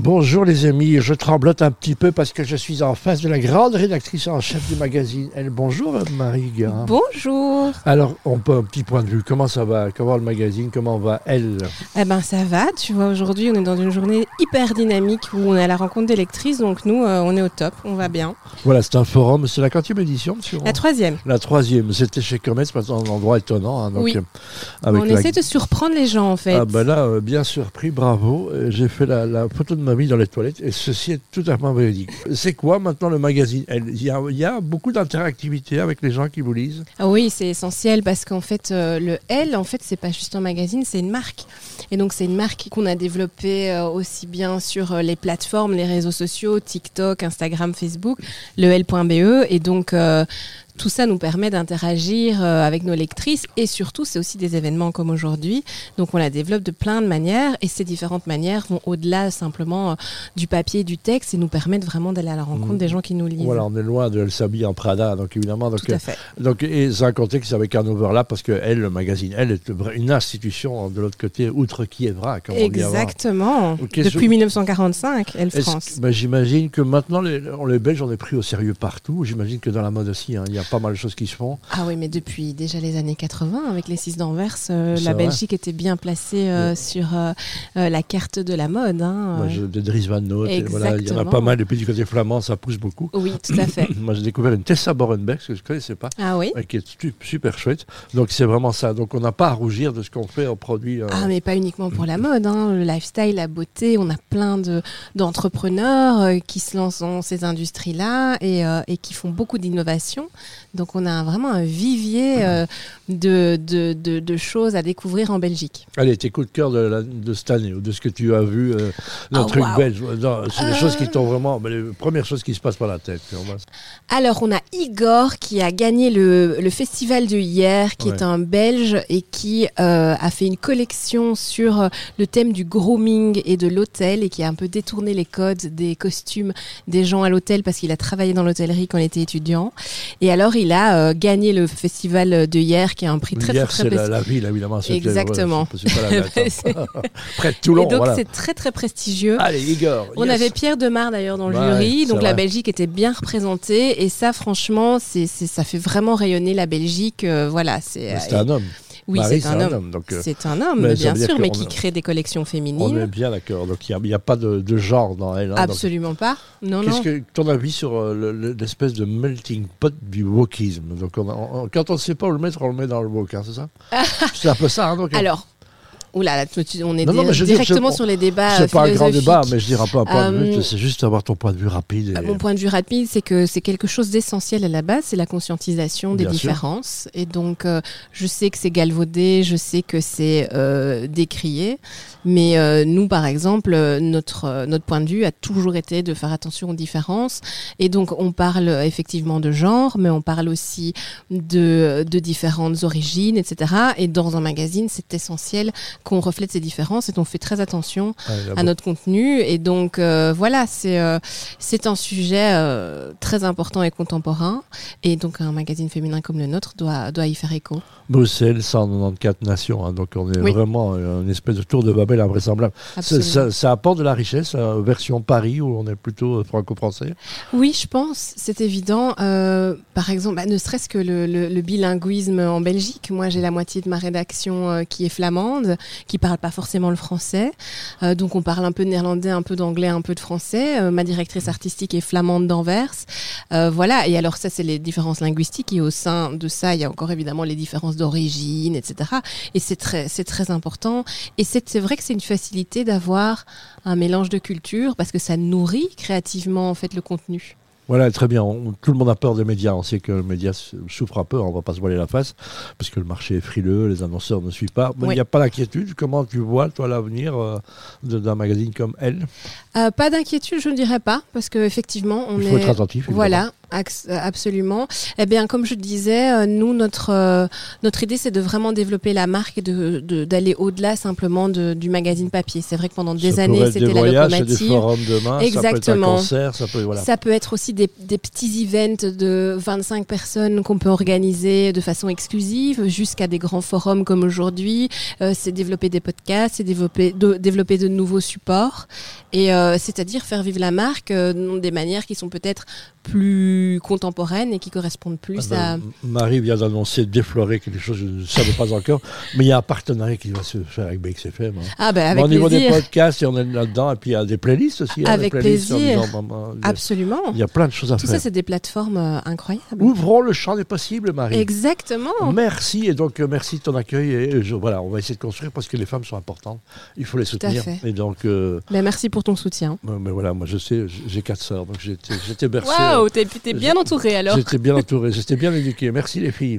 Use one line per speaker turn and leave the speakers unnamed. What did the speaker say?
Bonjour les amis, je tremblote un petit peu parce que je suis en face de la grande rédactrice en chef du magazine. Elle, bonjour Marie Guérin.
Bonjour.
Alors, on peut un petit point de vue. Comment ça va Comment le magazine Comment va elle
Eh ben ça va, tu vois, aujourd'hui on est dans une journée hyper dynamique où on est à la rencontre des lectrices, donc nous euh, on est au top, on va bien.
Voilà, c'est un forum. C'est la quatrième édition, monsieur
La troisième,
La troisième. C'était chez Comets, c'est un endroit étonnant. hein, donc,
Oui.
euh, avec
on
la-
essaie de surprendre les gens en fait.
Ah ben là, euh, bien surpris, bravo. Euh, J'ai fait la, la photo de mamie dans les toilettes et ceci est tout à fait véridique. C'est quoi maintenant le magazine Elle- Il y, a- il y a beaucoup d'interactivité avec les gens qui vous lisent.
Ah oui, c'est essentiel parce qu'en fait, euh, le L, en fait, c'est pas juste un magazine, c'est une marque. Et donc, c'est une marque qu'on a développée euh, aussi bien sur euh, les plateformes, les réseaux sociaux, TikTok, Instagram, Facebook, le L.be. Et donc, euh, tout ça nous permet d'interagir euh, avec nos lectrices et surtout, c'est aussi des événements comme aujourd'hui. Donc, on la développe de plein de manières et ces différentes manières vont au-delà simplement euh, du papier, et du texte et nous permettent vraiment d'aller à la rencontre
Mhm.
des gens qui nous lisent.
Voilà, on est loin de Elle s'habille en Prada, donc évidemment. Donc,
Tout à fait.
euh, donc, et sans compter que c'est avec un overlap parce que elle, le magazine, elle est vra- une institution de l'autre côté, outre Kievra, comme on dit avant.
Exactement.
Ok,
Depuis
je-
1945, Elle
Est-ce
France.
que- ben, J'imagine que maintenant, les, on- les Belges, on est pris au sérieux partout. J'imagine que dans la mode aussi, hein, il y a pas mal de choses qui se font.
Ah oui, mais depuis déjà les années 80, avec les 6 d'Anvers, euh,
C'est
la
vrai.
Belgique était bien placée euh,
Ouais.
sur euh, euh, la carte de la mode. hein,
Moi,
euh.
je- de Dries Van Noot, et voilà, il y en a
Exactement.
pas mal. Et puis du côté flamand, ça pousse beaucoup.
Oui, tout à fait.
Moi, j'ai découvert une Tessa Borenberg, que je ne connaissais pas,
Ah oui
et qui est stu- super chouette. Donc, c'est vraiment ça. Donc, on n'a pas à rougir de ce qu'on fait en produit. euh,
ah mais pas uniquement pour la mode, hein, le lifestyle, la beauté, on a plein de d'entrepreneurs euh, qui se lancent dans ces industries-là et, euh, et qui font beaucoup d'innovations. Donc on a un- vraiment un vivier euh, de, de, de, de choses à découvrir en Belgique.
Allez, tes coups de cœur de, la- de cette année, ou de ce que tu as vu, euh, d'un
Oh,
truc
waouh.
belge. Euh, non, c'est les
Euh.
choses qui t'ont vraiment. ben, les premières choses qui se passent par la tête. on va-
Alors, on a Igor qui a gagné le, le festival de hier, qui
Ouais.
est un Belge et qui euh, a fait une collection sur euh, le thème du grooming et de l'hôtel et qui a un peu détourné les codes des costumes des gens à l'hôtel parce qu'il a travaillé dans l'hôtellerie quand il était étudiant. Et alors, il a euh, gagné le festival de hier, qui est un prix très,
Hier,
très,
c'est
très
la, la ville, évidemment. c'était-
Exactement.
ouais, c'est- c'est pas la date,
C'est-
hein. Près de
Et
Toulon,
donc,
voilà.
c'est très, très prestigieux.
Allez, Igor.
On
yes. Bah
avait Pierre Demar d'ailleurs dans le
Ouais,
jury,
c'est
donc la
vrai.
Belgique était bien représentée et ça franchement, c'est c'est- ça fait vraiment rayonner la Belgique. euh, voilà, c'est
Mais C'est
euh,
un homme.
oui,
Marie,
c'est un, homme.
donc, euh,
C'est un homme,
mais ça
bien
veut dire
sûr, mais
qu'on-
qui crée des collections
on est
féminines.
bien d'accord. Donc, il n'y a, il y a pas de, de genre dans elle. hein, donc,
Absolument pas. Non,
Qu'est-ce
non.
que ton avis sur euh, le- le- l'espèce de melting pot du wokisme Donc on a- on- quand on ne sait pas où le mettre, on le met dans le wok, hein, c'est ça C'est un peu ça. Hein, donc, euh,
Alors, oula, là, toi, tu- on est
Non, non,
dé-
mais je veux dire,
directement
c'est-
sur les débats. euh,
c'est pas un grand
philosophiques.
débat, mais je dirais pas un point de vue.
Euh,
C'est juste avoir ton point de vue rapide.
Bah,
et-
Mon point de vue rapide, c'est que c'est quelque chose d'essentiel à la base, c'est la conscientisation des
Bien sûr.
différences. Et donc, euh, je sais que c'est galvaudé, je sais que c'est euh, décrié, mais euh, nous, par exemple, euh, notre euh, notre point de vue a toujours été de faire attention aux différences. Et donc, on parle euh, effectivement de genre, mais on parle aussi de euh, de différentes origines, etc. Et dans un magazine, c'est essentiel qu'on reflète ces différences et qu'on fait très attention
Ouais, là,
à notre contenu. Et donc euh, voilà, c'est euh, c'est un sujet euh, très important et contemporain. Et donc un magazine féminin comme le nôtre doit, doit y faire écho.
Bruxelles, 194 nations. hein, donc on est
Oui.
vraiment euh, une espèce de tour de Babel invraisemblable. Ça,
Absolument.
ça- ça apporte de la richesse, euh, version Paris, où on est plutôt euh, franco-français.
Oui, je pense, c'est évident. Euh, par exemple, bah, ne serait-ce que le, le- le bilinguisme en Belgique. Moi, j'ai la moitié de ma rédaction euh, qui est flamande, qui parle pas forcément le français. Euh, donc, on parle un peu de néerlandais, un peu d'anglais, un peu de français. Euh, ma directrice artistique est flamande d'Anvers. Euh, voilà. Et alors, ça, c'est les différences linguistiques. Et au sein de ça, il y a encore évidemment les différences d'origine, etc. Et c'est très, c'est très important. Et c'est c'est vrai que c'est une facilité d'avoir un mélange de cultures parce que ça nourrit créativement en fait le contenu.
Voilà, très bien. On- tout le monde a peur des médias. On sait que les médias s- souffrent un peu. On va pas se voiler la face parce que le marché est frileux, les annonceurs ne suivent pas. Mais il
Oui.
n'y a pas d'inquiétude. Comment tu vois, toi, l'avenir euh, de- d'un magazine comme Elle
Euh, pas d'inquiétude, je ne dirais pas, parce que effectivement, on
Il faut
est
être attentif. évidemment.
voilà, euh, Absolument. Eh bien, comme je disais, euh, nous, notre, euh, notre idée, c'est de vraiment développer la marque et d'aller de, d'aller au-delà simplement de, du magazine papier. C'est vrai que pendant des
Ça pourrait
années,
être
c'était
des
la
voyages, c'est
locomotive.
des forums de masse, ça peut être un
Exactement.
concert, ça peut... Voilà.
Ça peut être aussi des, des petits events de 25 personnes qu'on peut organiser de façon exclusive jusqu'à des grands forums comme aujourd'hui. Euh, c'est développer des podcasts, c'est développer de, développer de nouveaux supports et euh, c'est-à-dire faire vivre la marque euh, dans des manières qui sont peut-être plus contemporaines et qui correspondent plus
Ah
à...
ben, Marie vient d'annoncer, d'effleurer quelque chose, je ne savais pas encore, mais il y a un partenariat qui va se faire avec BXFM. hein.
Ah ben
Bon,
avec
au niveau
plaisir.
des podcasts, et on est là-dedans, et puis il y a des playlists aussi. hein,
Avec
des playlists en
plaisir.
disant, bon, bon,
Absolument.
il y a plein de choses à
Tout ça,
faire.
c'est des plateformes euh, incroyables.
Ouvrons le champ des possibles, Marie.
Exactement.
Mm. Merci et donc euh, merci de ton accueil et euh, je- voilà on va essayer de construire parce que les femmes sont importantes il faut les
à
soutenir
fait.
et donc euh,
Ben, merci pour ton soutien.
euh, mais voilà moi je sais j- j'ai quatre sœurs donc j'étais j'étais bercé
Waouh, t'es t'es bien entouré alors.
j'étais bien entouré j'étais bien éduqué merci les filles